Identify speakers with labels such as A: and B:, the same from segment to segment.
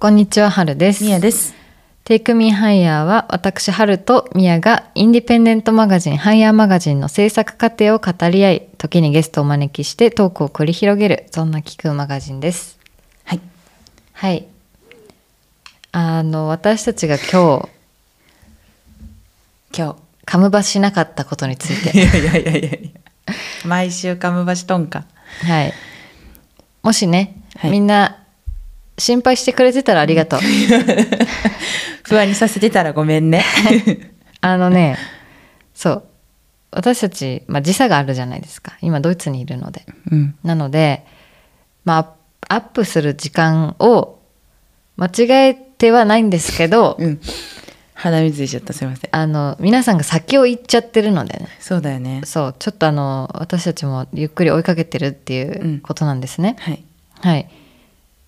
A: こんにちは、はるです。
B: みやです。
A: テイクミーハイヤーは私、ハルとミヤがインディペンデントマガジン、ハイヤーマガジンの制作過程を語り合い、時にゲストをお招きしてトークを繰り広げる、そんな聞くマガジンです。
B: はい。
A: はい。あの、私たちが今日、
B: 今
A: カムバしなかったことについ
B: 日。
A: て、
B: いやいやいやいやいや。毎週カムバシトンカ。
A: はい。もしね、
B: はい
A: みんな、心配してくれてたらありがとう。
B: 不安にさせてたらごめんね。
A: あのね、そう。私たち、まあ、時差があるじゃないですか。今、ドイツにいるので。
B: うん。
A: なので、まあ、アップする時間を間違えてはないんですけど、
B: うん。鼻水出ちゃったすいません。
A: あの、皆さんが先を行っちゃってるのでね。
B: そうだよね。
A: そう、ちょっとあの、私たちもゆっくり追いかけてるっていううんことなんですね。
B: はい。
A: はい。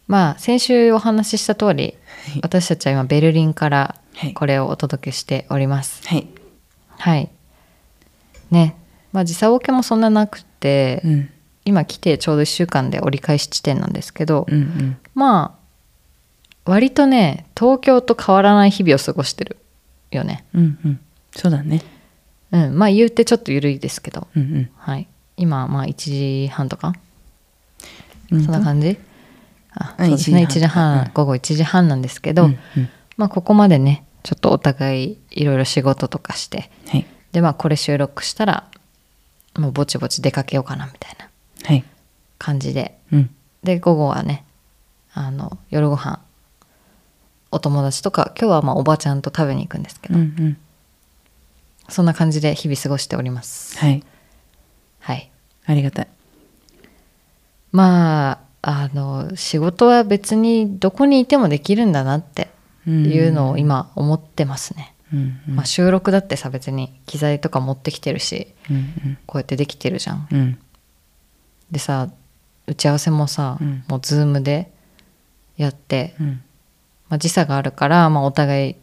A: まあ、先週お話しした通り、
B: はい
A: 私たちは今、ベルリンから
B: はい
A: これをお届けしております。
B: はい。
A: はい。ね。まあ時差ボケもそんななくて、
B: うん。
A: 今来てちょうど1週間で折り返し地点なんですけど、
B: うんうん。
A: まあ割とね東京と変わらない日々を過ごしてるよね。
B: うんうん。そうだね。
A: うん、まあ言うてちょっと緩いですけど、
B: うん
A: はい、今まあ1時半とか、
B: うん。
A: そんな感じあ
B: う
A: そ
B: ん
A: うですね1
B: 1
A: 時
B: 時
A: 半、
B: 半
A: 午後1時半なんですけど、
B: うんうん
A: まあここまでねちょっとお互いいろいろ仕事とかして
B: じ。はい。
A: でまあこれ収録したらもうぼちぼち出かけようかなみたいな
B: はい。
A: 感じで
B: うん。
A: で午後はねあの夜ご飯お友達とか今日はまあおばちゃんと食べに行くんですけ
B: う
A: ど、
B: んうん。
A: そんな感じで日々過ごしております
B: はい。
A: はい
B: ありがたい。
A: まああの仕事は別にどこにいてもできるんだなっていうのを今思ってますね、
B: うんうん。
A: まあ、収録だってさ別に機材とか持ってきてるし
B: うん
A: こうやってできてるじゃん
B: うん。うん。
A: でさ打ち合わせもさ、
B: うん
A: もうズームでやって、
B: うん。
A: まあ、時差があるから、まあ、お互い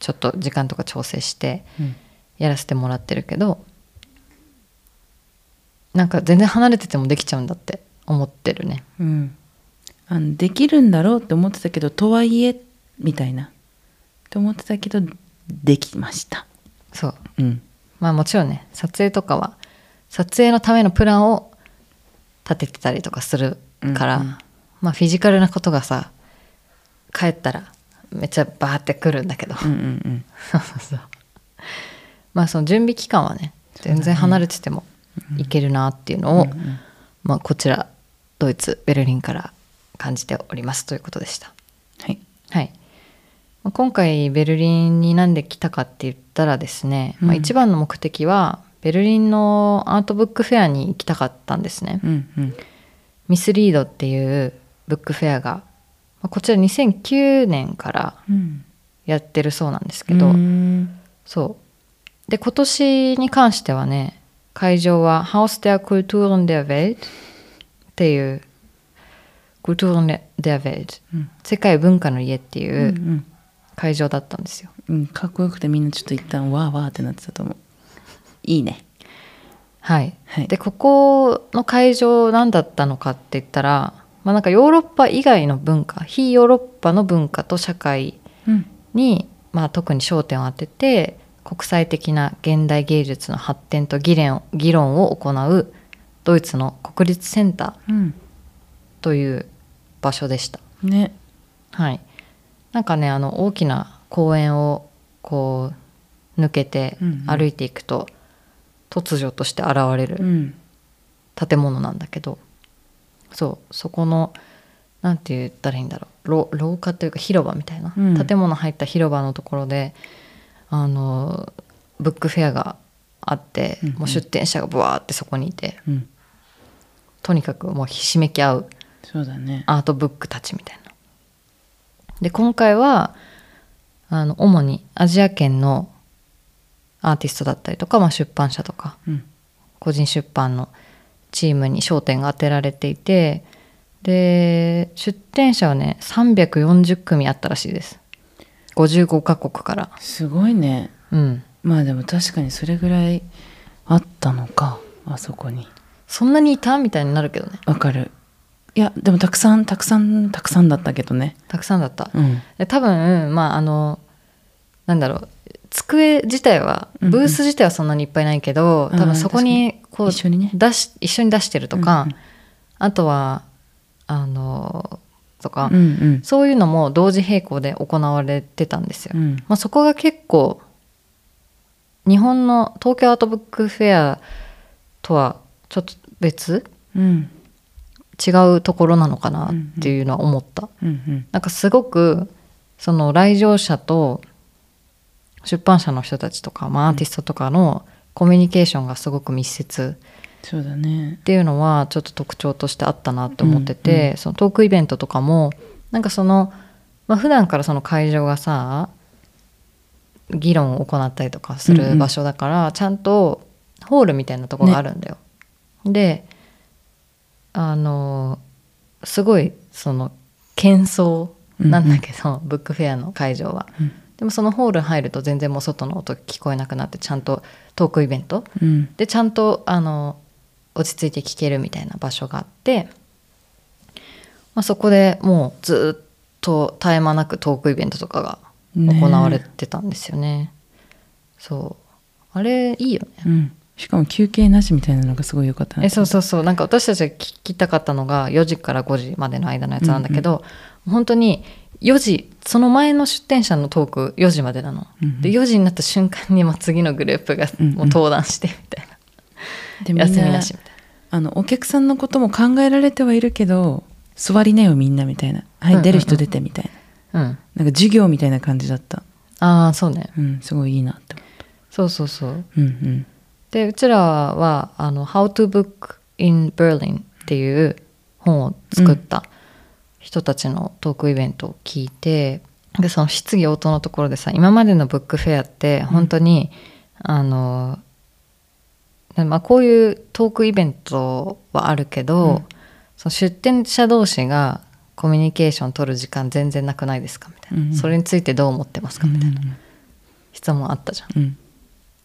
A: ちょっと時間とか調整して
B: うん。
A: やらせてもらってるけどなんか全然離れててもできちゃうんだって思ってるね
B: うん、あのできるんだろうって思ってたけどとはいえみたいなと思ってたけどできました
A: そう
B: うん
A: まあもちろんね撮影とかは撮影のためのプランを立ててたりとかするから、
B: うんうん
A: まあフィジカルなことがさ帰ったらめっちゃバーってくるんだけど、
B: うんうんうん
A: そうそうそうまあその準備期間はね全然離れててもいけるなっていうのを、まあ、こちらドイツベルリンから感じておりますということでした。
B: はい
A: はい、まあ今回ベルリンになんで来たかって言ったらですね、まあ、
B: うん
A: 一番の目的はベルリンのアートブックフェアに行きたかったんですね。
B: うんうん
A: ミスリードっていうブックフェアが、まあこちら2009年から
B: うん
A: やってるそうなんですけど、
B: うん
A: そう。で、今年に関してはね、会場は Haus der Kulturen der Welt っていう、Kulturen der Welt、
B: うん
A: 世界文化の家ってい
B: うんう
A: うん会場だったんですよ。
B: うんかっこよくてみんなちょっと一旦わーわーってなってたと思ういいね
A: はい。
B: はい
A: で、ここの会場何だったのかって言ったら、まあなんかヨーロッパ以外の文化、非ヨーロッパの文化と社会
B: うん
A: に、まあ、特に焦点を当てて国際的な現代芸術の発展と議論議論を行うドイツの国立センター
B: うん
A: という場所でした。
B: ね
A: はい、なんかねあの大きな公園をこう抜けて
B: うんうん
A: 歩いていくと、突如として現れ
B: う
A: る
B: ん
A: 建物なんだけど、そうそこのなんて言ったらいいんだろう廊廊下というか広場みたいな、
B: うん
A: 建物入った広場のところであのブックフェアがあって、
B: うんうん
A: もう出店者がブワーってそこにいて
B: うん
A: とにかくもうひしめき合う
B: そうだね
A: アートブックたちみたいな。で今回はあの主にアジア圏のアーティストだったりとか、まあ、出版社とか
B: うん
A: 個人出版のチームに焦点が当てられていてで出展者はね340組あったらしいです55カ国から
B: すごいね
A: うん
B: まあでも確かにそれぐらいあったのかあそこに
A: そんなにいたみたいになるけどね
B: わかるいやでもたくさんたくさんたくさんだったけどね
A: たくさんだった、
B: うん
A: で多分まああのなんだろう机自体は
B: うんうん
A: ブース自体はそんなにいっぱいないけど、
B: うん
A: 多分そこにこう
B: 一緒にね
A: 出し一緒に出してるとか、
B: うんうん
A: あとはあのとか、
B: うんうん
A: そういうのも同時並行で行われてたんですよ。
B: うん
A: まあ、そこが結構日本の東京アートブックフェアとはちょっと別
B: うん
A: 違うところなのかなっていうのは思った。
B: うん
A: なんかすごくその来場者と出版社の人たちとか、まあ、アーティストとかのコミュニケーションがすごく密接
B: そうだね
A: っていうのはちょっと特徴としてあったなって思ってて、
B: うん
A: そのトークイベントとかもなんかその、まあ普段からその会場がさ議論を行ったりとかす
B: うんう
A: る
B: ん
A: 場所だから、ちゃんとホールみたいなとこがあるんだよ。であのすごいその喧騒なんだけど、ブックフェアの会場は。
B: うん
A: でもそのホール入ると全然もう外の音聞こえなくなってちゃんとトークイベント
B: うん
A: でちゃんとあの落ち着いて聞けるみたいな場所があって、まあ、そこでもうずっと絶え間なくトークイベントとかが
B: ね
A: 行われてたんですよね。そうあれいいよね。
B: うんしかも休憩なしみたいなのがすごい良かったな
A: えそうそうそうなんか私たちが聞きたかったのが4時から5時までの間のやつなんだけど、本当に4時その前の出店者のトーク4時までなの、
B: うんうん
A: で4時になった瞬間にまあ次のグループがもう登壇してみたいな、
B: でみんな
A: 休みなしみたいな。
B: あのお客さんのことも考えられてはいるけど座りなよみんなみたいな
A: うん
B: は
A: うんうん
B: い出る人出てみたいな、
A: うん、
B: なんか授業みたいな感じだった
A: ああそうね
B: うんすごいいいなって
A: そうそうそう
B: うんうん
A: でうちらはあの「How to Book in Berlin」っていう本を作った人たちのトークイベントを聞いて、でその質疑応答のところでさ今までのブックフェアって本当に、あのでまあ、こういうトークイベントはあるけど、
B: うん
A: その出展者同士がコミュニケーション取る時間全然なくないですかみたいな、
B: うんうん
A: それについてどう思ってますかみたいな
B: うん
A: 質問あったじゃん。
B: うん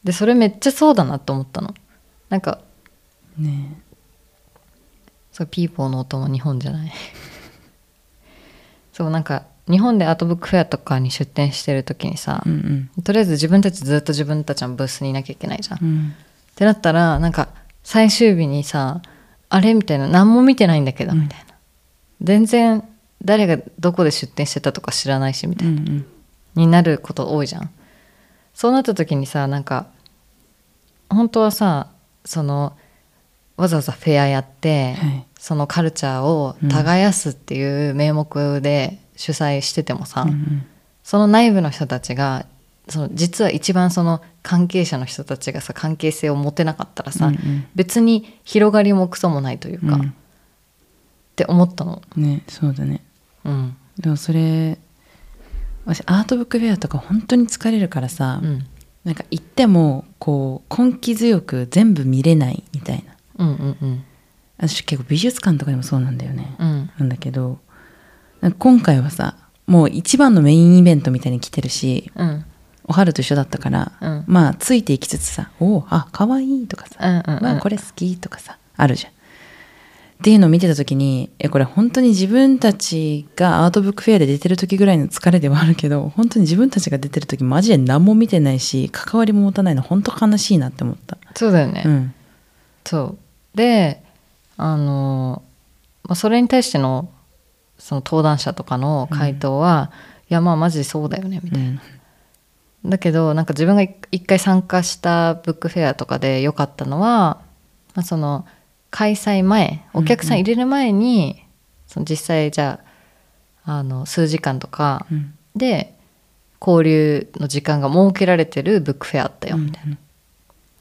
A: でそれめっちゃそうだなと思ったのなんか
B: うんね
A: そうピーポーの音も日本じゃない そうなんか日本でアートブックフェアとかに出店してる時にさ
B: え、うん
A: とりあえず自分たちずっと自分たちのブースにいなきゃいけないじゃん、
B: う
A: っ
B: ん
A: てなったらなんか最終日にさあれみたいな何も見てないんだけど、
B: うん
A: みたいな全然誰がどこで出店してたとか知らないしみたいな
B: うんうん
A: になること多いじゃんそうなった時にさなんか本当はさそのわざわざフェアやって、
B: はい
A: そのカルチャーを耕すっていう名目で主催しててもさ、
B: うんうん
A: その内部の人たちがその実は一番その関係者の人たちがさ関係性を持てなかったらさ、
B: うんうん
A: 別に広がりもクソもないというか、
B: う
A: っ
B: ん
A: て思ったの。
B: ねそうだね
A: うん
B: でもそれ私アートブックフェアとか本当に疲れるからさ、
A: うん
B: なんか行ってもこう根気強く全部見れないみたいな
A: うんうんうん
B: 私結構美術館とかでもそうなんだよね、
A: うん
B: なんだけどなんか今回はさもう一番のメインイベントみたいに来てるし
A: うん
B: おはると一緒だったから、
A: うん
B: まあついていきつつさ「おおあ可愛いとかさ
A: うんうんうん
B: わあこれ好き」とかさあるじゃん。っていうのを見てた時にえこれ本当に自分たちがアートブックフェアで出てる時ぐらいの疲れではあるけど本当に自分たちが出てる時マジで何も見てないし関わりも持たないの本当悲しいなって思った。
A: そうだよね、
B: うん
A: そうであの、まあ、それに対してのその登壇者とかの回答は、いやまあマジそうだよねみたいな、だけどなんか自分が一一回参加したブックフェアとかで良かったのは、まあ、その開催前お客さん入れる前に、その実際じゃああの数時間とか
B: うんうん
A: で交流の時間が設けられてるブックフェアあったよみたい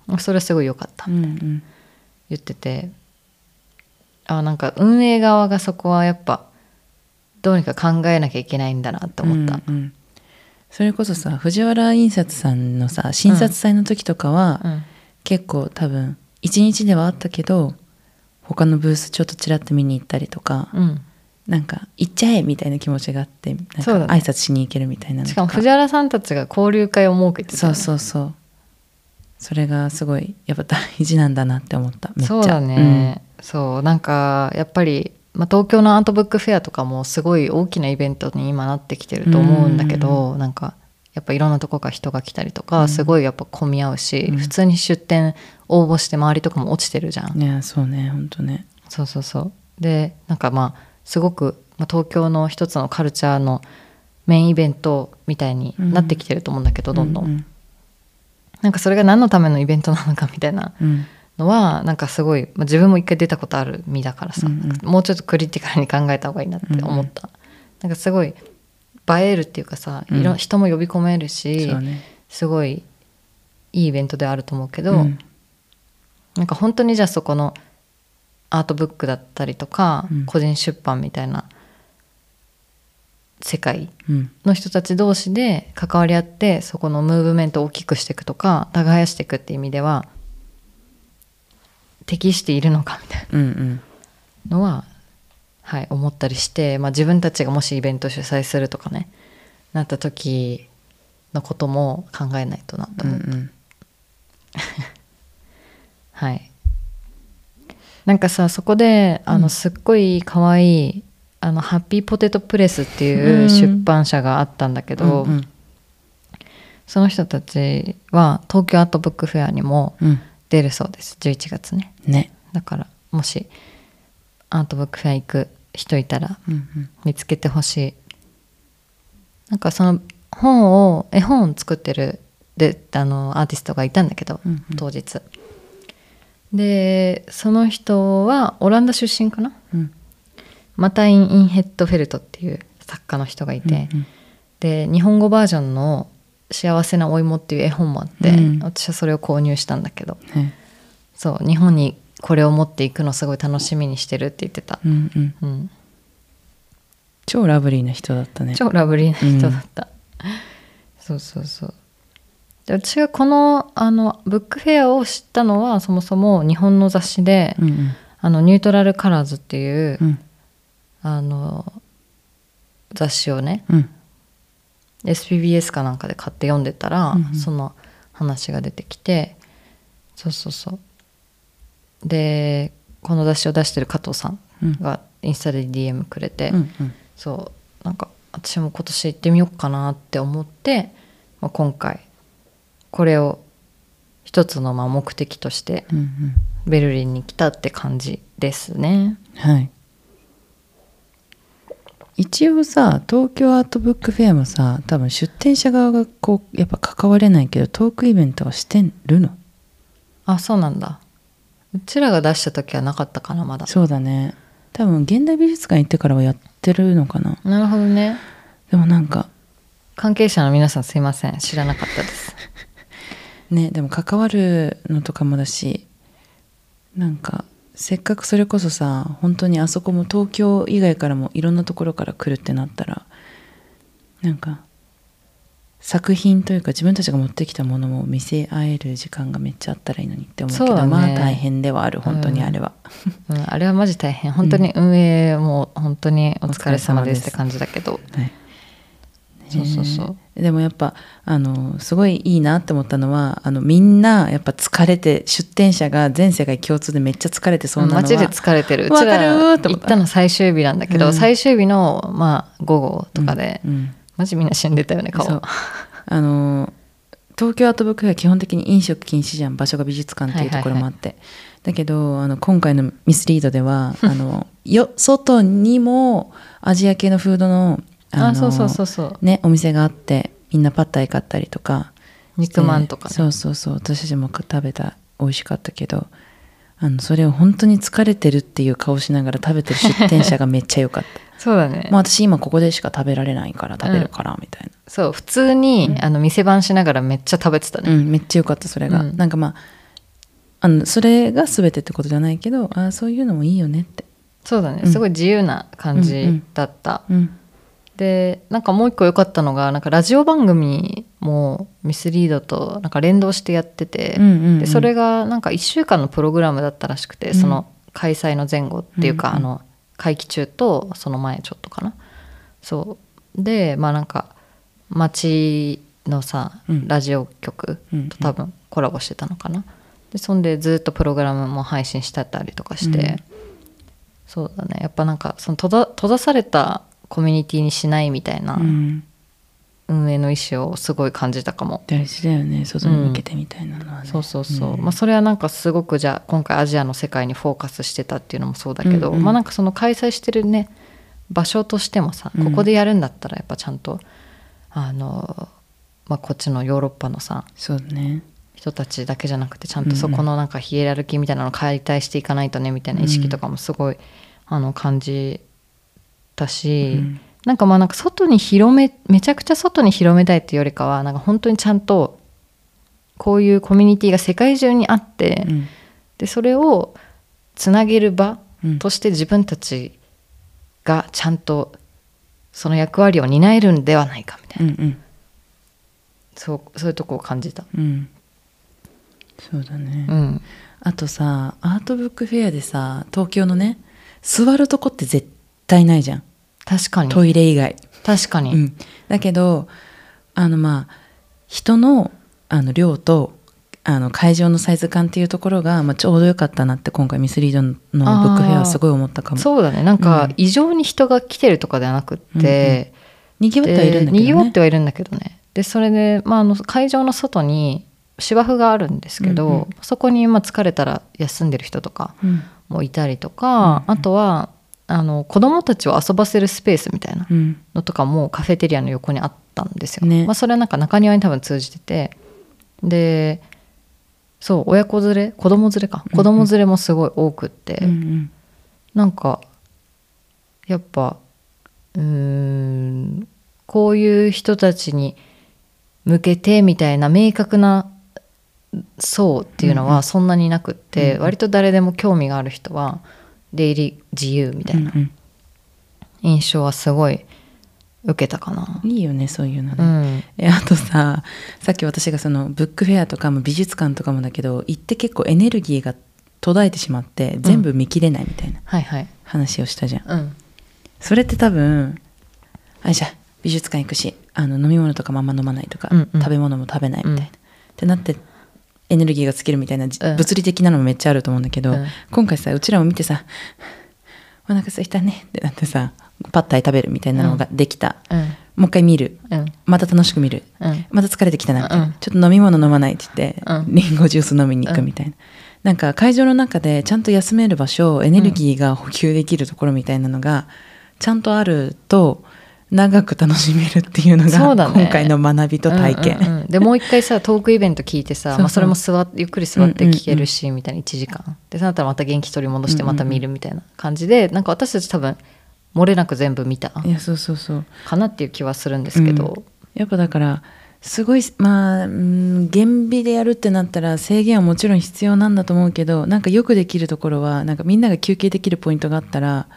A: な、それはすごい良かった
B: う。んうん
A: 言っててあなんか運営側がそこはやっぱどうにか考えなきゃいけないんだなって思った。
B: うんうんそれこそさ藤原印刷さんのさ診察祭の時とかは、
A: うん
B: 結構多分一日ではあったけど他のブースちょっとちらっと見に行ったりとか、
A: うん
B: なんか行っちゃえみたいな気持ちがあってなんか
A: そうだ
B: 挨
A: ね
B: 拶しに行けるみたいなのと
A: しかも藤原さんたちが交流会を設けてた
B: そ
A: よ
B: う
A: ね
B: そうそうそれがすごいやっぱ大事なんだなって思っためっちゃ
A: そうだね、そうなんかやっぱりまあ、東京のアートブックフェアとかもすごい大きなイベントに今なってきてると思うんだけど、なんかやっぱいろんなとこから人が来たりとか、
B: うん
A: すごいやっぱ混み合うし、
B: うん
A: 普通に出店応募して周りとかも落ちてるじゃん。
B: ねそうね本当ね
A: そうそうそうでなんかまあすごく、まあ、東京の一つのカルチャーのメインイベントみたいになってきてると思うんだけど、どんどん、
B: うん
A: なんかそれが何のためのイベントなのかみたいな
B: うん
A: のはなんかすごい、まあ、自分も一回出たことある身だからさ、
B: うん
A: もうちょっとクリティカルに考えた方がいいなって思った、なんかすごい映えるっていうかさ、いろ
B: うん
A: 人も呼び込めるし、
B: そうね
A: すごいいいイベントではあると思うけど、
B: うん
A: なんか本当にじゃあそこのアートブックだったりとか、
B: うん
A: 個人出版みたいな世界
B: うん
A: の人たち同士で関わり合ってそこのムーブメントを大きくしていくとか耕していくって意味では適しているのかみたい
B: うんうん
A: なのは、はい、思ったりして、まあ、自分たちがもしイベント主催するとかねなった時のことも考えないとなと
B: うん
A: 思う、
B: うん
A: はいなんかさそこであの、
B: うん
A: すっごい可愛いあのハッピーポテトプレスっていううん出版社があったんだけど、
B: うん
A: その人たちは東京アートブックフェアにも
B: うん
A: 出るそうです11月ね
B: ね
A: だからもしアートブックフェア行く人いたら
B: うんうん
A: 見つけてほしいなんかその本を絵本を作ってるであのアーティストがいたんだけど、
B: うんうん
A: 当日でその人はオランダ出身かな
B: うん
A: マタイン・インヘッドフェルトっていう作家の人がいて、
B: うん
A: で日本語バージョンの「幸せなお芋」っていう絵本もあって、
B: うん
A: 私はそれを購入したんだけど
B: うんね
A: そう日本にこれを持っていくのすごい楽しみにしてるって言ってた、
B: うんうん
A: うん、
B: 超ラブリーな人だったね
A: 超ラブリーな人だった、そうそうそうで私がこのあのブックフェアを知ったのはそもそも日本の雑誌で「
B: うんうん
A: あのニュートラル・カラーズ」っていう、
B: うん
A: あの雑誌をね
B: うん
A: SPBS かなんかで買って読んでたら、
B: うんうん
A: その話が出てきてそうそうそうでこの雑誌を出してる加藤さん
B: うん
A: がインスタで DM くれて、
B: うんうん
A: そうなんか私も今年行ってみようかなって思って、まあ、今回これを一つのまあ目的として
B: うんうん
A: ベルリンに来たって感じですね。
B: はい一応さ東京アートブックフェアもさ多分出展者側がこうやっぱ関われないけどトークイベントはしてるの
A: あそうなんだうちらが出した時はなかったかなまだ
B: そうだね多分現代美術館行ってからはやってるのかな
A: なるほどね
B: でもなんか
A: 関係者の皆さんすいません知らなかったです
B: ねでも関わるのとかもだしなんかせっかくそれこそさ本当にあそこも東京以外からもいろんなところから来るってなったらなんか作品というか自分たちが持ってきたものも見せ合える時間がめっちゃあったらいいのにって思うけ
A: そ
B: ど
A: うだね
B: まあ大変ではある本当に
A: うん
B: あれは、
A: うん、あれはマジ大変本当に運営も本当にお疲れ様ですって感じだけど、
B: はい
A: そうそうそう
B: ねでもやっぱあのすごいいいなって思ったのはあのみんなやっぱ疲れて出店者が全世界共通でめっちゃ疲れてそうなのは
A: 街で疲れてるう
B: わ
A: ち
B: からる
A: 行
B: ーって思
A: っ
B: った
A: たの最終日なんだけど、
B: うん
A: 最終日のまあ午後とかで、
B: うんうん
A: マジみんな死んでたよね顔
B: そうあの東京アートブックフェア基本的に飲食禁止じゃん場所が美術館っていうところもあって、だけどあの今回のミスリードではあのよ外にもアジア系のフードの
A: あ
B: の
A: そうそうそうそう
B: ね、お店があってみんなパッタイ買ったりとか
A: 肉まんとかね
B: してそうそうそう私たちも食べた美味しかったけどあのそれを本当に疲れてるっていう顔しながら食べてる出店者がめっちゃ 良かっ
A: そうだね
B: たもう私今ここでしか食べられないから食べるからみたいな。
A: そう普通に、あの店番しながらめっちゃ食べてたね、
B: うん、めっちゃ良かったそれが、
A: うん
B: なんかまああのそれが全てってことじゃないけどああそういうのもいいよねって、
A: そうだね、
B: うん
A: すごい自由な感じだった、
B: うん、
A: でなんかもう一個良かったのがなんかラジオ番組もミスリードとなんか連動してやってて、
B: うんうんうん
A: でそれがなんか1週間のプログラムだったらしくて、
B: うん
A: その開催の前後っていうか、
B: うんうん
A: あの会期中とその前ちょっとかなそうでまあなんか町のさ、
B: うん
A: ラジオ局と多分コラボしてたのかな、でそんでずっとプログラムも配信してたりとかして、そうだねやっぱなんかその閉ざ閉ざされたコミュニティにしないみたいな
B: うん、
A: 運営の意思をすごい感じたかも、
B: 大事だよね外に向けてみたいなのはね、
A: そうそうそう、
B: ん
A: まあ、それはなんかすごくじゃあ今回アジアの世界にフォーカスしてたっていうのもそうだけど、
B: うんうん
A: まあなんかその開催してるね場所としてもさ
B: うん
A: ここでやるんだったらやっぱちゃんと、あの、まあ、こっちのヨーロッパのさ
B: そうだね
A: 人たちだけじゃなくてちゃんとそこのなんかヒエラルキーみたいなのを解体していかないとねみたいな意識とかもすごい、あの感じたし、
B: うん
A: なんかまあなんか外に広めめちゃくちゃ外に広めたいっていうよりかはなんか本当にちゃんとこういうコミュニティが世界中にあって、
B: うん
A: でそれをつなげる場
B: うん
A: として自分たちがちゃんとその役割を担えるんではないかみたいな、
B: うんうん
A: そうそういうとこを感じた。
B: うんそうだね、
A: うん、
B: あとさアートブックフェアでさ東京のね座るとこって絶対ないじゃん
A: 確かに
B: トイレ以外、
A: 確かに、
B: うん、だけどあのまあ人のあの量とあの会場のサイズ感っていうところが、まあ、ちょうどよかったなって今回ミスリードのブックフェアはすごい思ったかも
A: そうだねなん
B: う
A: か
B: ん
A: 異常に人が来てるとかではなくって、
B: にぎわってはいるんだけどね
A: にぎわってはいるんだけどねでそれで、まあ、あの会場の外に芝生があるんですけど、
B: うんうん
A: そこにまあ疲れたら休んでる人とか
B: うん
A: もいたりとか、
B: うんうん
A: あとはあの子供たちを遊ばせるスペースみたいな
B: うん
A: のとかもカフェテリアの横にあったんですよ、
B: ね
A: まあ、それはなんか中庭に多分通じててでそう親子連れ子供連れか
B: んうん
A: 子供連れもすごい多くって、
B: うんうん
A: なんかやっぱうーんこういう人たちに向けてみたいな明確な層っていうの
B: うんう
A: はそんなになくって、
B: うんうん
A: 割と誰でも興味がある人は出入り自由みたいな
B: うん
A: 印象はすごい受けたかな
B: う。んいいよねそういうのね、
A: うん、
B: えあとささっき私がそのブックフェアとかも美術館とかもだけど行って結構エネルギーが途絶えてしまって全部見切れないみたいな
A: はいはい、
B: 話をしたじゃん、
A: うん、
B: それって多分あじゃあ美術館行くしあの飲み物とかまんま飲まないとか、
A: うんうん
B: 食べ物も食べないみたいな、
A: うん
B: ってなってエネルギーが尽きるみたいな、じ
A: うん
B: 物理的なのもめっちゃあると思うんだけど、
A: うん
B: 今回さうちらも見てさ「お腹空いたね」ってなってさパッタイ食べるみたいなのができた、
A: うん、
B: もう一回見る
A: うん、
B: また楽しく見る
A: うん、
B: また疲れてきたなみたいな、
A: うん
B: ちょっと飲み物飲まないって言って、
A: うん
B: リンゴジュース飲みに行くみたいな、なんか会場の中でちゃんと休める場所エネルギーが補給できるところみたいなのがちゃんとあると長く楽しめるっていうの
A: そう
B: が
A: だね
B: 今回の学びと体験、
A: うんうんうんでもう一回さトークイベント聞いてさ
B: そうそう
A: まあ、それも座っゆっくり座って聞けるし、みたいな1時間でその後また元気取り戻してまた見るみたいな感じで、なんか私たち多分漏れなく全部見た
B: いやそうそうそう
A: かなっていう気はするんですけ
B: う
A: ど
B: ん、やっぱだからすごいまあ、うん、減微でやるってなったら制限はもちろん必要なんだと思うけどなんかよくできるところはなんかみんなが休憩できるポイントがあったら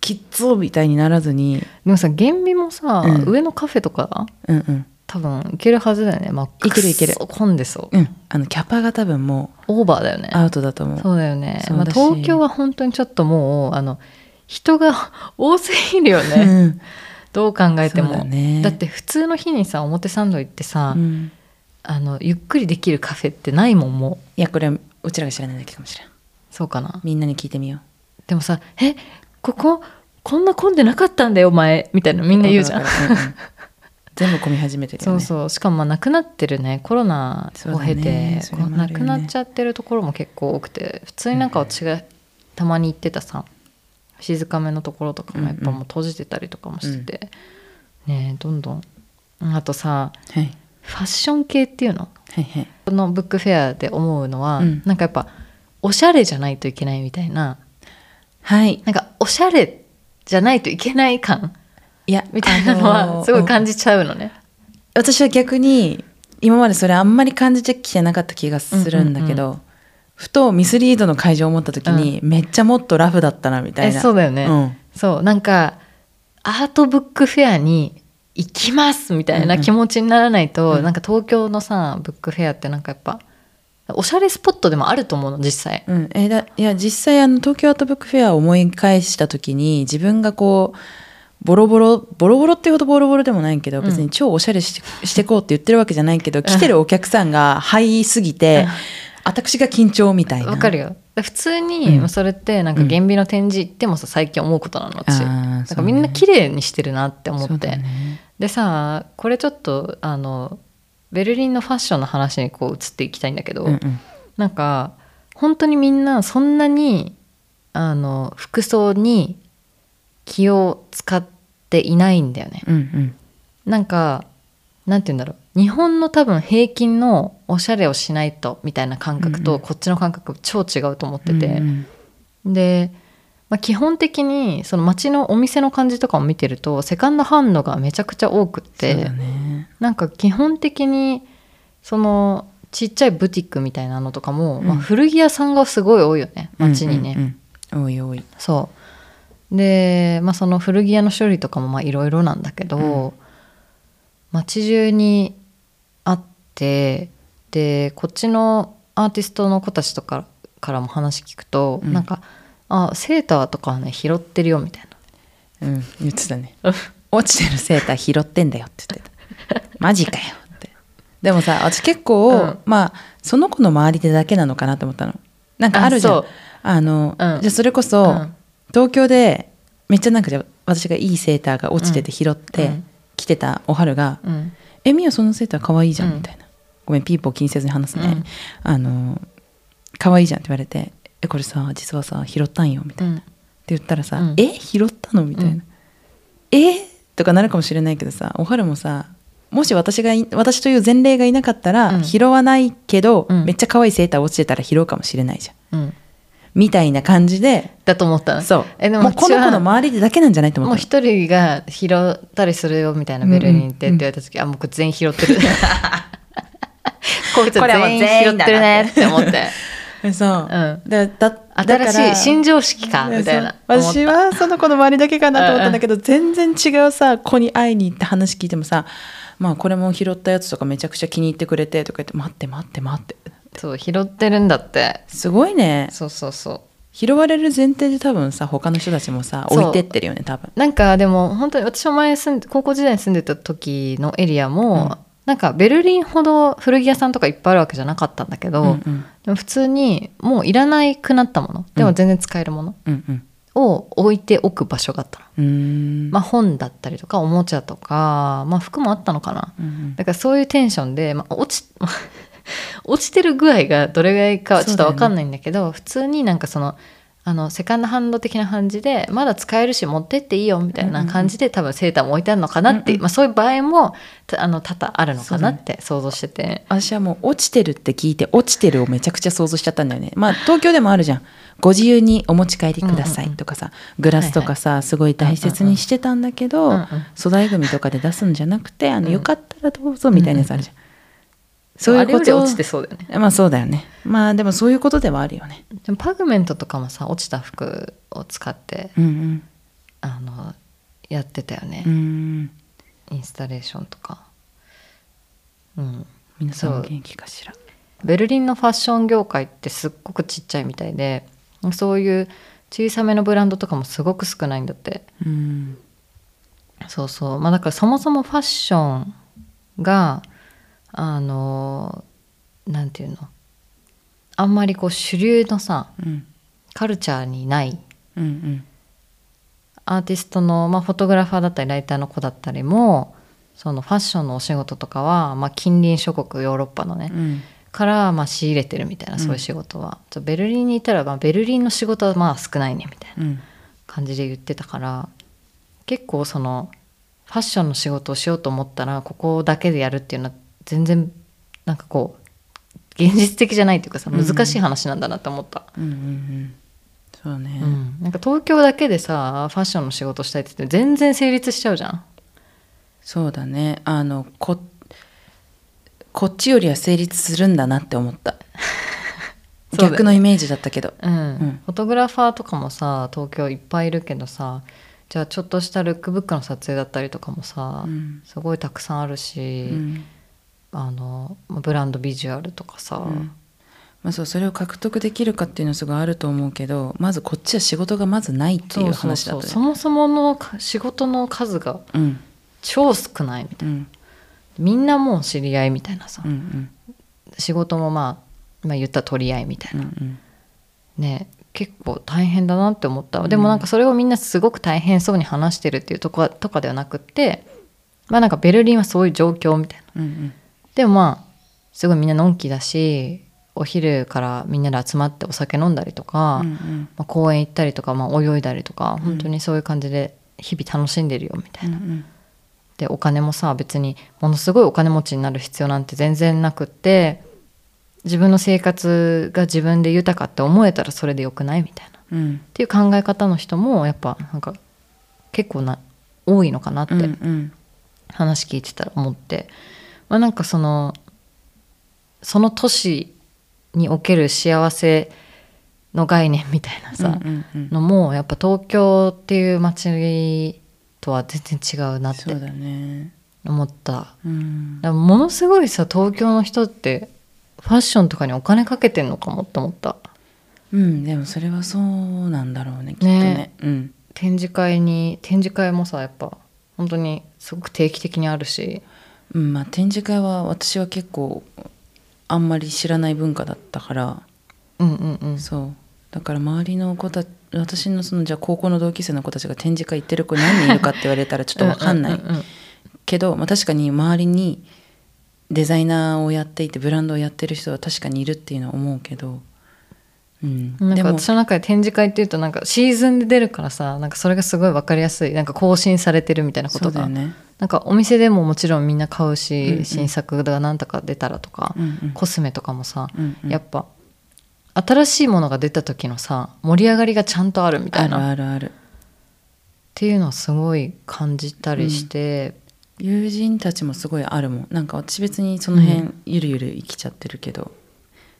B: キッズみたいにならずに
A: でもさ厳美もさ、
B: うん
A: 上のカフェとか
B: うんうん
A: 多分行けるはずだよね、まあ、
B: いけるいける
A: くっそ混んでそう、
B: うん、あのキャパが多分も
A: オーバーだよね
B: うアウトだと思う。
A: そうだよね
B: そう
A: まあ、
B: だし
A: 東京は本当にちょっともうあの人が 多すぎるよね、
B: うん
A: どう考えても
B: そう
A: だ,、
B: だね
A: って普通の日にさ表参道行ってさ、
B: うん
A: あのゆっくりできるカフェってないもんもう
B: いやこれはうちらが知らないだけかもしれん
A: そうかな
B: みんなに聞いてみよ
A: でもさ「えこここんな混んでなかったんだよ前」みたいなみ
B: うん
A: な言うじゃん
B: わ。かるわかるうんうん全部混み始めてる
A: そ
B: よね
A: うそうしかもまあなくなってるねコロナを経て、
B: そうだねそれ
A: こう
B: もあ
A: な
B: るよ
A: く
B: ね
A: なっちゃってるところも結構多くて普通になんか私がたまに行ってたさ静かめのところとかもやっぱもう閉じてたりとかもしてて、ねえどんどんあとさ
B: はい
A: ファッション系っていうの
B: はいはい
A: このブックフェアで思うのは、
B: うん
A: なんかやっぱおしゃれじゃないといけないみたいな
B: はい
A: なんかおしゃれじゃないといけない感
B: いや
A: みたいなの
B: あの
A: は
B: ー
A: すごい感じちゃうのね。
B: 私は逆に今までそれあんまり感じてきてなかった気がするんだけど、ふとミスリードの会場を思った時に、めっちゃもっとラフだったなみたい
A: え
B: な
A: そうだよね、
B: うん
A: そうなんかアートブックフェアに行きますみたいな気持ちにならないと、
B: うんうん
A: なんか東京のさブックフェアってなんかやっぱおしゃれスポットでもあると思うの実際。
B: うん、えーだいや実際あの東京アートブックフェアを思い返した時に自分がこうボロボロボロボロっていうほどボロボロでもないけど、
A: うん
B: 別に超おしゃれしてしてこうって言ってるわけじゃないけど来てるお客さんが入りすぎて、私が緊張みたいな
A: わかるよら普通に、
B: うん
A: まあそれってなんか
B: うん
A: 原美の展示行ってもさ最近思うことなの私、なん
B: あ
A: かみんな綺麗にしてるなって
B: と
A: 思って、でさこれちょっとあのベルリンのファッションの話にこう移っていきたいんだけど、
B: うんうん
A: なんか本当にみんなそんなにあの服装に気を使っていないんだよね。
B: うんうん
A: なんかなんて言うんだろう日本の多分平均のおしゃれをしないとみたいな感覚と、
B: うんうん
A: こっちの感覚超違うと思ってて、
B: うん
A: で、まあ、基本的にその街のお店の感じとかを見てるとセカンドハンドがめちゃくちゃ多くって、
B: そうだね
A: なんか基本的にそのちっちゃいブティックみたいなのとかも、
B: うん
A: まあ、古着屋さんがすごい多いよね街にね、
B: うんうんうん多い多い
A: そうで、まあ、その古着屋の種類とかもまあいろいろなんだけど、
B: うん
A: 街中にあってでこっちのアーティストの子たちとかからも話聞くと、
B: うん
A: なんかあセーターとかはね拾ってるよみたいな
B: うん言ってたね落ちてるセーター拾ってんだよって 言ってたマジかよってでもさ私結構、
A: うん
B: まあその子の周りでだけなのかなと思ったのなんかあるじゃん
A: あ
B: あ
A: そう
B: の、
A: うん
B: じゃあそれこそ、
A: うん
B: 東京でめっちゃなんかじゃあ私がいいセーターが落ちてて拾っ
A: う
B: て
A: ん
B: 着てたおはるが「
A: うん
B: えみやそのセーター可愛いじゃん」
A: うん
B: みたいな、ごめんピーポー気にせずに話すね、
A: うん
B: あの可愛いじゃんって言われて「えこれさ実はさ拾ったんよ」みたいな、
A: うん
B: って言ったらさ「
A: うん
B: え拾ったの?」みたいな
A: う
B: 「
A: ん
B: えとかなるかもしれないけどさおはるもさもし私がい私という前例がいなかったら、
A: うん
B: 拾わないけど、
A: うん
B: めっちゃ可愛いセーター落ちてたら拾うかもしれないじゃん
A: うん
B: みたいな感じで
A: だと思ったの
B: そう
A: えでも
B: もうこの
A: うち
B: 子
A: は
B: の周りでだけなんじゃないと思
A: も
B: っ
A: う
B: たの
A: 一人が拾ったりするよみたいなベルリンってって言われた時、あもう全員拾って るこいつは全員拾ってるねって思って
B: えそう、
A: う
B: でだだから
A: 新しい新常識かみたいな
B: そう
A: 思った
B: 私はその子の周りだけかなと思ったんだけど全然違うさ子に会いに行って話聞いてもさまあこれも拾ったやつとかめちゃくちゃ気に入ってくれてとか言って待って待って待って
A: そう拾ってるんだって
B: すごいね
A: そうそうそ
B: 拾われる前提で多分さ他の人たちもさ
A: そう
B: 置いてってるよね多分
A: うなんかでも本当に私も前住んで高校時代に住んでた時のエリアも、
B: うん
A: なんかベルリンほど古着屋さんとかいっぱいあるわけじゃなかったんだけど、
B: うんうん
A: でも普通にもういらないくなったものでも全然使えるもの
B: うんうん
A: を置いておく場所があったの。
B: うーん
A: まあ、本だったりとかおもちゃとか、まあ、服もあったのかな
B: うんうん
A: だからそういうテンションで、まあ、落ち 落ちてる具合がどれぐらいかはちょっと分かんないんだけど普通になんかそのあのセカンドハンド的な感じでまだ使えるし持ってっていいよみたいな感じで、多分セーターも置いてあるのかなっていう、
B: うんうん
A: まあ、そういう場合もたあの多々あるのかなって想像してて、
B: 私はもう落ちてるって聞いて落ちてるをめちゃくちゃ想像しちゃったんだよねまあ東京でもあるじゃんご自由にお持ち帰りくださいとかさ、グラスとかさ、すごい大切にしてたんだけど、
A: うんうんうん
B: 粗大ゴミとかで出すんじゃなくてあの、
A: うん
B: よかったらどうぞみたいなやつあるじゃん、そうい
A: あ
B: うこ
A: れより
B: と
A: 落ちてそうだよね
B: まあそうだよねまあでもそういうことではあるよね
A: でもパグメントとかもさ落ちた服を使って
B: うん
A: あのやってたよね、
B: うんうん
A: インスタレーションとか、うん、
B: 皆さん
A: そ
B: お
A: う
B: 元気かしら
A: ベルリンのファッション業界ってすっごくちっちゃいみたいでそういう小さめのブランドとかもすごく少ないんだって
B: うん
A: そうそうまあだからそもそもファッションがあのなんていうのあんまりこう主流のさ
B: うん
A: カルチャーにない
B: うんうん
A: アーティストの、まあ、フォトグラファーだったりライターの子だったりもそのファッションのお仕事とかは、まあ、近隣諸国ヨーロッパのね、
B: うん
A: からまあ仕入れてるみたいなそういう仕事は、ちょベルリンにいたらまあベルリンの仕事はまあ少ないねみたいな
B: うん
A: 感じで言ってたから結構そのファッションの仕事をしようと思ったらここだけでやるっていうのは全然なんかこう現実的じゃないというかさ
B: うん
A: 難しい話なんだなって思った、
B: うんうんそうね、
A: うんなんか東京だけでさファッションの仕事したいって言って全然成立しちゃうじゃん
B: そうだねあのここっちよりは成立するんだなって思った
A: そうだよね
B: 逆のイメージだったけど
A: うん
B: ん
A: フォトグラファーとかもさ東京いっぱいいるけどさじゃあちょっとしたルックブックの撮影だったりとかもさ、
B: うん
A: すごいたくさんあるし、
B: うん
A: あのまあブランドビジュアルとかさ、
B: うんまあ、そうそれを獲得できるかっていうのはすごいあると思うけどまずこっちは仕事がまずないっていう話だ
A: そ
B: っ
A: うそう
B: た
A: そうそ
B: ね
A: もそものか仕事の数が
B: うん
A: 超少ないみたい
B: うん
A: なみんなもう知り合いみたいなさ、
B: うんうん
A: 仕事もまあ、まあ、言ったら取り合いみたい
B: うんう
A: な、
B: ん
A: ね結構大変だなって思ったでもなんかそれをみんなすごく大変そうに話してるっていうとことかではなくってまあなんかベルリンはそういう状況みたいな
B: うんうん
A: でもまあすごいみんなのんきだしお昼からみんなで集まってお酒飲んだりとか、
B: うんうん
A: まあ、公園行ったりとか、まあ、泳いだりとか
B: ん
A: 本当にそういう感じで日々楽しんでるよみた
B: う
A: い
B: んう
A: な。
B: ん
A: でお金もさ別にものすごいお金持ちになる必要なんて全然なくって自分の生活が自分で豊かって思えたらそれでよくないみたいなっ
B: うん
A: ていう考え方の人もやっぱなんか結構な多いのかなって
B: うんうん
A: 話聞いてたら思って、まあ、なんかそのその都市における幸せの概念みたいなさ、
B: うんうん
A: のもやっぱ東京っていう街とは全然違うなっ
B: そ
A: て
B: うだね
A: 思った。
B: うん
A: だからものすごいさ東京の人ってファッションとかにお金かけてんのかもって思った
B: うんでもそれはそうなんだろうねきっとねうん
A: 展示会に展示会もさやっぱ本当にすごく定期的にあるし
B: うんまあ展示会は私は結構あんまり知らない文化だったから
A: うんうんうん
B: そうだから周りの子たち私のそのじゃあ高校の同級生の子たちが展示会行ってる子何人いるかって言われ たらちょっと分かんな
A: う
B: い
A: んうんうん
B: けど、まあ、確かに周りにデザイナーをやっていてブランドをやってる人は確かにいるっていうのは思うけど、うん、
A: なん
B: で
A: か
B: も
A: 私の中で展示会っていうとなんかシーズンで出るからさなんかそれがすごい分かりやすいなんか更新されてるみたいなこ
B: そ
A: と
B: うだ
A: が、
B: よね、
A: なんかお店でももちろんみんな買うし、
B: うんうん
A: 新作が何とか出たらとか、
B: うんうん
A: コスメとかもさ、
B: うんうん
A: やっぱ新しいものが出た時のさ盛り上がりがちゃんとあるみた
B: あ
A: い
B: る
A: な
B: あるあ
A: っ
B: る
A: ていうのはすごい感じたりして、
B: 友人たちもすごいあるもんなんか私別にその辺、
A: う
B: ゆるゆる生きちゃってるけど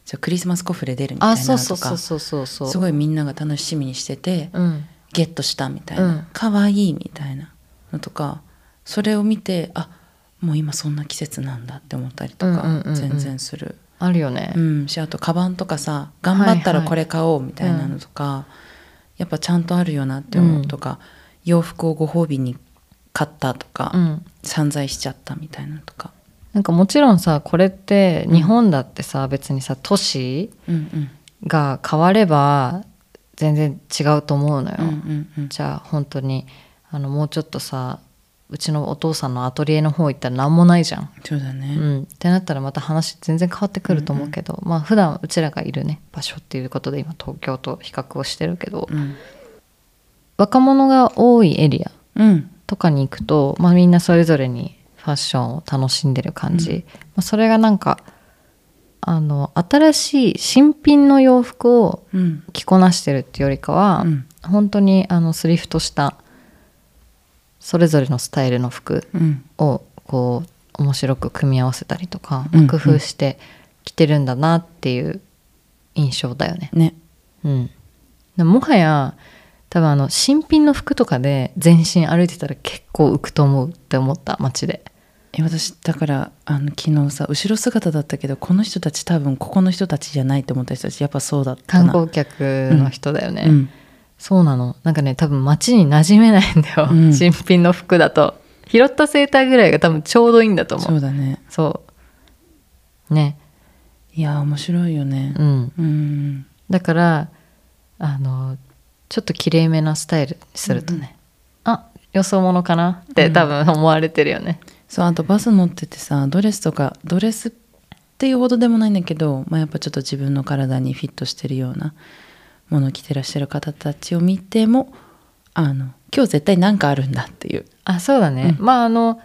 B: じゃあクリスマスコフレ出るみたい
A: あ
B: な
A: そう
B: の
A: そう
B: と
A: そう
B: か
A: そうそうそう
B: すごいみんなが楽しみにしてて、
A: うん
B: ゲットしたみたいうなん可愛、いいみたいなのとかそれを見てあもう今そんな季節なんだって思ったりと
A: うんうん
B: か
A: うんうん
B: 全然する、
A: あるよね、
B: うん、しあとカバンとかさ頑張ったら
A: はいはい
B: これ買おうみたいなのとか、やっぱちゃんとあるよなって思うとか、洋服をご褒美に買ったとか、
A: うん
B: 散財しちゃったみたいなのとか、
A: なんかもちろんさこれって日本だってさ別にさ都市
B: うんうん、
A: が変われば全然違うと思うのよ、
B: うんうんうん
A: じゃあ本当にあのもうちょっとさうちのお父さんのアトリエの方行ったら何もないじゃん、
B: そうだね、
A: うん、ってなったらまた話全然変わってくると思うけど、まあ普段うちらがいるね場所っていうことで今東京と比較をしてるけど、
B: うん
A: 若者が多いエリア
B: うん
A: とかに行くと、まあ、みんなそれぞれにファッションを楽しんでる感じ、
B: うん
A: まあ、それがなんかあの新しい新品の洋服を
B: うん
A: 着こなしてるっていうよりかは、
B: うん
A: 本当にあのスリフトしたそれぞれのスタイルの服
B: うん
A: をこう面白く組み合わせたりとか、
B: うん
A: 工夫して着てるんだなっていう印象だよね。
B: ね
A: うん、でももはや多分あの新品の服とかで全身歩いてたら結構浮くと思うって思った街で
B: え私だからあの昨日さ後ろ姿だったけどこの人たち多分ここの人たちじゃないと思った人たちやっぱそうだった
A: 観
B: な
A: 光客の人だよね、
B: うん
A: そうなのなんかね多分街に馴染めないんだよ、
B: うん
A: 新品の服だと拾ったセーターぐらいが多分ちょうどいいんだと思う
B: そうだね
A: そうね
B: いやー面白いよね
A: うん
B: うん
A: だからあのちょっときれいめなスタイルにするとね、あよそ者かなって多分思われてるよね、
B: そうあとバス乗っててさドレスとかドレスっていうほどでもないんだけど、まあ、やっぱちょっと自分の体にフィットしてるようなものを着てらっしゃる方たちを見てもあの今日絶対何かあるんだっていう
A: あそうだね、
B: う
A: まああの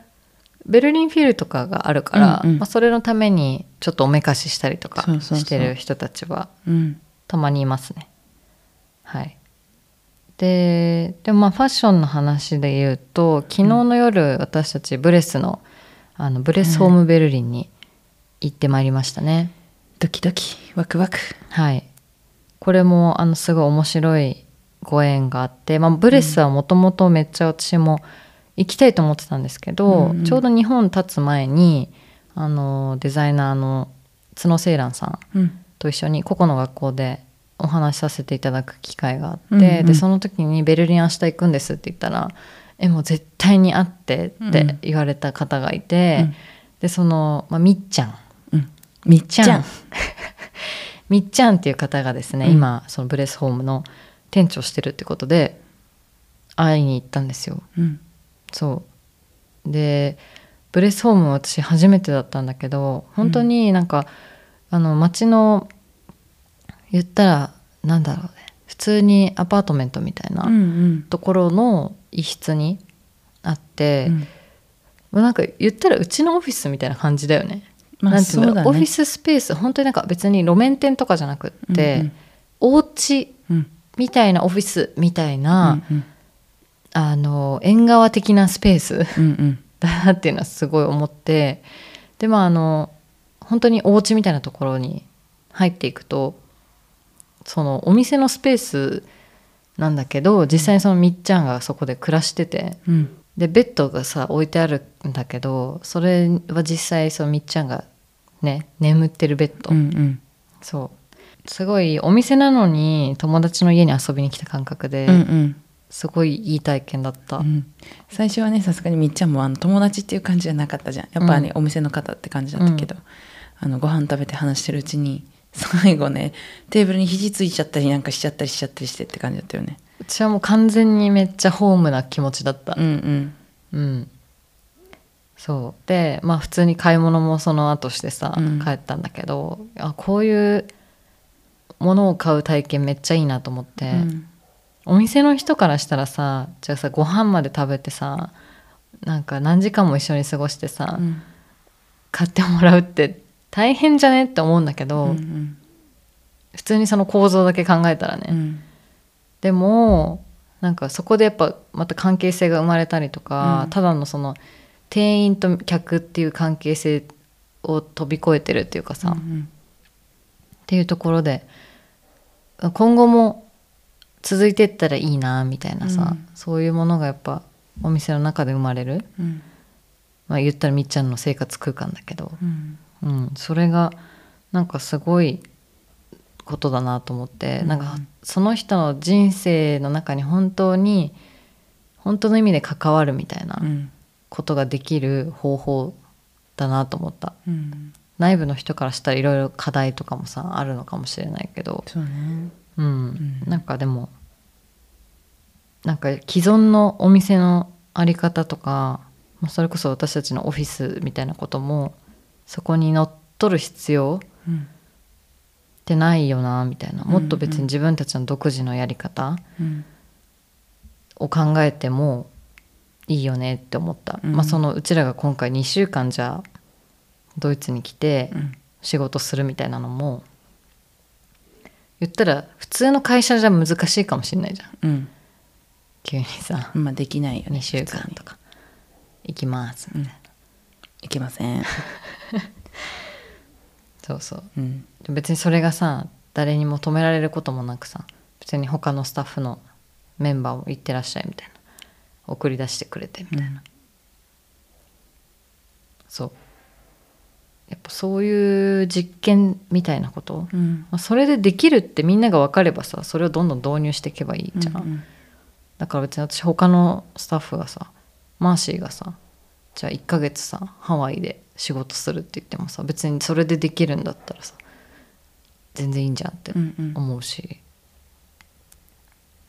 A: ベルリンフィルとかがあるから、
B: うんうん
A: まあ、それのためにちょっとおめかししたりとか
B: そうそうそう
A: してる人たちは
B: うん
A: たまにいますねはいででもまあファッションの話で言うと昨日の夜私たちブレスのあのブレスホームベルリンに行ってまいりましたね、
B: ドキドキワクワク
A: はいこれもあのすごい面白いご縁があって、まあ、ブレスはもともとめっちゃ私も行きたいと思ってたんですけど、
B: うんうん
A: ちょうど日本立つ前にあのデザイナーの角セイランさん
B: うん
A: と一緒に個々の学校でお話しさせていただく機会があって、
B: うんうん
A: でその時に「ベルリン明日行くんです」って言ったら「えもう絶対に会って」って言われた方がいて、
B: うん
A: でその、まあ、みっちゃん
B: うんみっちゃん
A: ちゃん みっちゃんっていう方がですね、
B: うん
A: 今そのブレスホームの店長してるってことで会いに行ったんですよ
B: うん
A: そうでブレスホームは私初めてだったんだけど本当になんか、あの街の言ったらなんだろうね普通にアパートメントみたいな
B: うん
A: ところの一室にあって、
B: うん
A: もうなんか言ったらうちのオフィスみたいな感じだよね。
B: ま
A: な
B: あ
A: んてい
B: そ
A: うん
B: う
A: だ
B: だ
A: ろうオフィ
B: ね
A: ススペース本当になんか別に路面店とかじゃなくって、お家
B: うんうん
A: みたいなオフィスみたい
B: うん
A: な、
B: うん
A: あの縁側的なスペース
B: うんうん
A: だなっていうのはすごい思ってでまああの本当にお家みたいなところに入っていくとそのお店のスペースなんだけど実際にそのみっちゃんがそこで暮らしてて。
B: うん
A: でベッドがさ置いてあるんだけどそれは実際そのみっちゃんがね眠ってるベッド、
B: うんうん
A: そうすごいお店なのに友達の家に遊びに来た感覚で、
B: うんうん
A: すごいいい体験だった、
B: うん最初はねさすがにみっちゃんもあの友達っていう感じじゃなかったじゃんやっぱね、お店の方って感じだったけど、あのご飯食べて話してるうちに最後ねテーブルに肘ついちゃったりなんかしちゃったりしちゃったりしてって感じだったよね
A: うちはもう完全にめっちゃホームな気持ちだった
B: うんうん
A: うんそうでまあ普通に買い物もその後してさ、
B: うん
A: 帰ったんだけどあこういうものを買う体験めっちゃいいなと思って、
B: うん
A: お店の人からしたらさじゃあさご飯まで食べてさなんか何時間も一緒に過ごしてさ、
B: うん
A: 買ってもらうって大変じゃねって思うんだけ
B: う
A: ど、
B: ん
A: 普通にその構造だけ考えたらね、
B: うん
A: でもなんかそこでやっぱまた関係性が生まれたりとか、
B: うん
A: ただのその店員と客っていう関係性を飛び越えてるっていうかさ、っ
B: うん
A: ていうところで今後も続いてったらいいなみたいなさ、
B: うん
A: そういうものがやっぱお店の中で生まれる、
B: うん
A: まあ、言ったらみっちゃんの生活空間だけど、
B: うん
A: うん、それがなんかすごいことだなと思って、
B: うん
A: なんかその人の人生の中に本当に本当の意味で関わるみたいな
B: うん
A: ことができる方法だなと思った
B: うん
A: 内部の人からしたらいろいろ課題とかもさあるのかもしれないけど、
B: そうね
A: うん
B: うん
A: なんかでもなんか既存のお店のあり方とかまあそれこそ私たちのオフィスみたいなこともそこにのっとる必要
B: うん
A: ってないよなみたいなもっと別
B: うんう
A: に
B: ん
A: 自分たちの独自のやり方
B: うん
A: を考えてもいいよねって思った、
B: うん
A: まあそのうちらが今回2週間じゃあドイツに来て
B: うん
A: 仕事するみたいなのも言ったら普通の会社じゃ難しいかもしれないじゃん
B: うん
A: 急にさ
B: まあできないよね
A: 2週間とか行きますみたいな、
B: いけません
A: そうそう
B: うん
A: 別にそれがさ誰にも止められることもなくさ別に他のスタッフのメンバーも行ってらっしゃいみたいな送り出してくれてみたいな、そうやっぱそういう実験みたいなこと、ま
B: うん
A: あそれでできるってみんなが分かればさそれをどんどん導入していけばいいじゃん、
B: うん
A: だから別に私他のスタッフがさマーシーがさじゃあ1ヶ月さハワイで仕事するって言ってもさ別にそれでできるんだったらさ全然いいんじゃんって
B: うんうん
A: 思うし、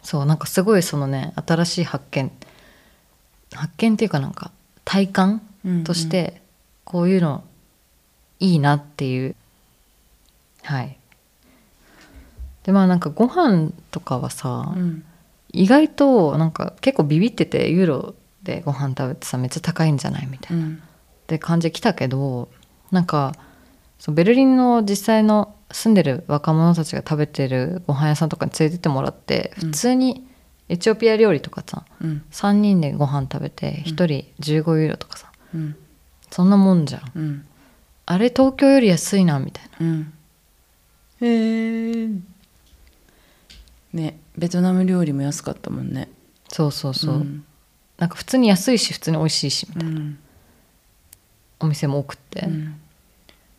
A: そうなんかすごいそのね新しい発見発見っていうかなんか体感としてこういうのいいなっていうはいでまあなんかご飯とかはさ、
B: うん
A: 意外となんか結構ビビっててユーロでご飯食べてさめっちゃ高いんじゃないみたいうな、っ
B: ん
A: て感じで来たけどなんかそうベルリンの実際の住んでる若者たちが食べてるご飯屋さんとかに連れてってもらって
B: うん
A: 普通にエチオピア料理とかさ
B: うん
A: 3人でご飯食べて1
B: うん
A: 人15ユーロとかさ
B: うん
A: そんなもんじゃん
B: うん
A: あれ東京より安いなみたいな
B: うんへえねベトナム料理も安かったもんね
A: そうそうそう、
B: うん
A: なんか普通に安いし普通に美味しいしみたいな
B: うん
A: お店も多くって、
B: うん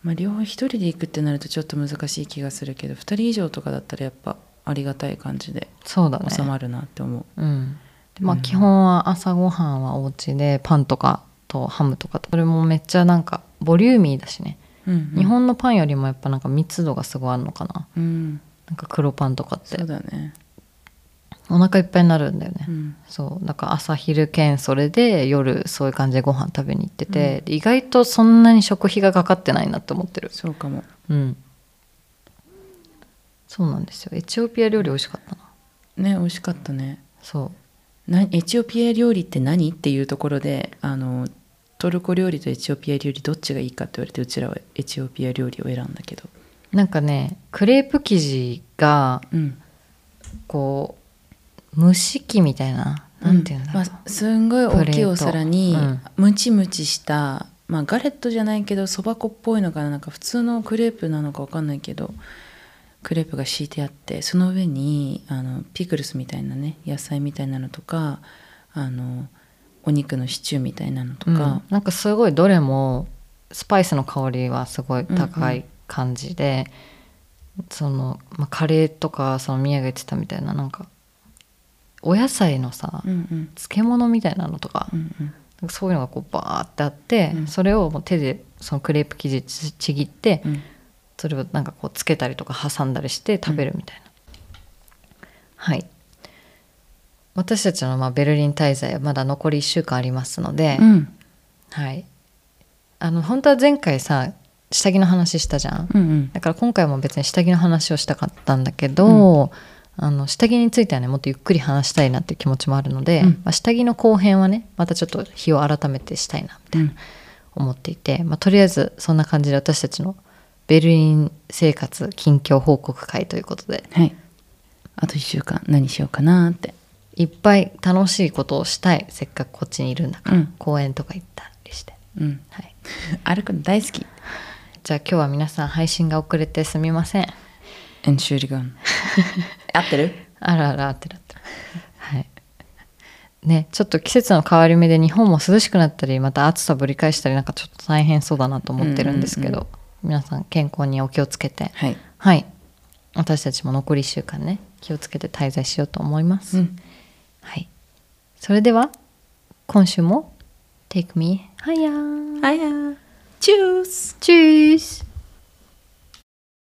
B: まあ両方一人で行くってなるとちょっと難しい気がするけど二人以上とかだったらやっぱありがたい感じで
A: そうだね
B: 収まるなって思う
A: うん、まあ
B: うん
A: 基本は朝ごはんはお家でパンとかとハムとかとそれもめっちゃなんかボリューミーだしね
B: うんうん
A: 日本のパンよりもやっぱなんか密度がすごいあるのかな
B: うん
A: なんか黒パンとかって
B: そうだね、
A: お腹いっぱいになるんだよね、
B: うん
A: そうだから朝昼兼それで夜そういう感じでご飯食べに行ってて、で意外とそんなに食費がかかってないなって思ってる
B: そうかも
A: うんそうなんですよエチオピア料理美味しかったな
B: ね美味しかったね
A: そう
B: なエチオピア料理って何っていうところであのトルコ料理とエチオピア料理どっちがいいかって言われてうちらはエチオピア料理を選んだけど
A: なんかねクレープ生地が
B: うん
A: こう蒸し器みたいななんていうんだろう、
B: まあ、すんごい大きいお皿に
A: プレー
B: ムチムチした、まあ、ガレットじゃないけどそば粉っぽいのかななんか普通のクレープなのかわかんないけどクレープが敷いてあってその上にあのピクルスみたいなね野菜みたいなのとかあのお肉のシチューみたいなのと
A: うん
B: か、
A: なんかすごいどれもスパイスの香りはすごい高
B: うん
A: い感じで、その、まあ、カレーとかその宮が言ってたみたいななんかお野菜のさ、
B: うんうん
A: 漬物みたいなのとか,、
B: うんうん
A: そういうのがこうバーってあって、
B: うん
A: それをもう手でそのクレープ生地ちちぎって、
B: うん
A: それをなんかこうつけたりとか挟んだりして食べるみたいな、はい私たちのまあベルリン滞在はまだ残り1週間ありますので、
B: うん
A: はいあの本当は前回さ下着の話したじゃん、
B: うんうん
A: だから今回も別に下着の話をしたかったんだけど、あの下着についてはねもっとゆっくり話したいなっていう気持ちもあるので、
B: うん
A: まあ、下着の後編はねまたちょっと日を改めてしたいなみたいな思っていて、まあ、とりあえずそんな感じで私たちのベルリン生活近況報告会ということで
B: はいあと1週間何しようかなって
A: いっぱい楽しいことをしたいせっかくこっちにいるんだから、
B: うん
A: 公園とか行ったりして、
B: うん
A: はい、
B: 歩くの大好き
A: じゃあ今日は皆さん配信が遅れてすみません
B: Entschuldigung 合ってる
A: あらあらってなってるはいねちょっと季節の変わり目で日本も涼しくなったりまた暑さぶり返したりなんかちょっと大変そうだなと思ってるんですけど、
B: うんうん
A: 皆さん健康にお気をつけて
B: はい
A: はい私たちも残り1週間ね気をつけて滞在しようと思います、
B: うん
A: はいそれでは今週も Take me higher
B: Hiya. Tschüss.
A: Cheers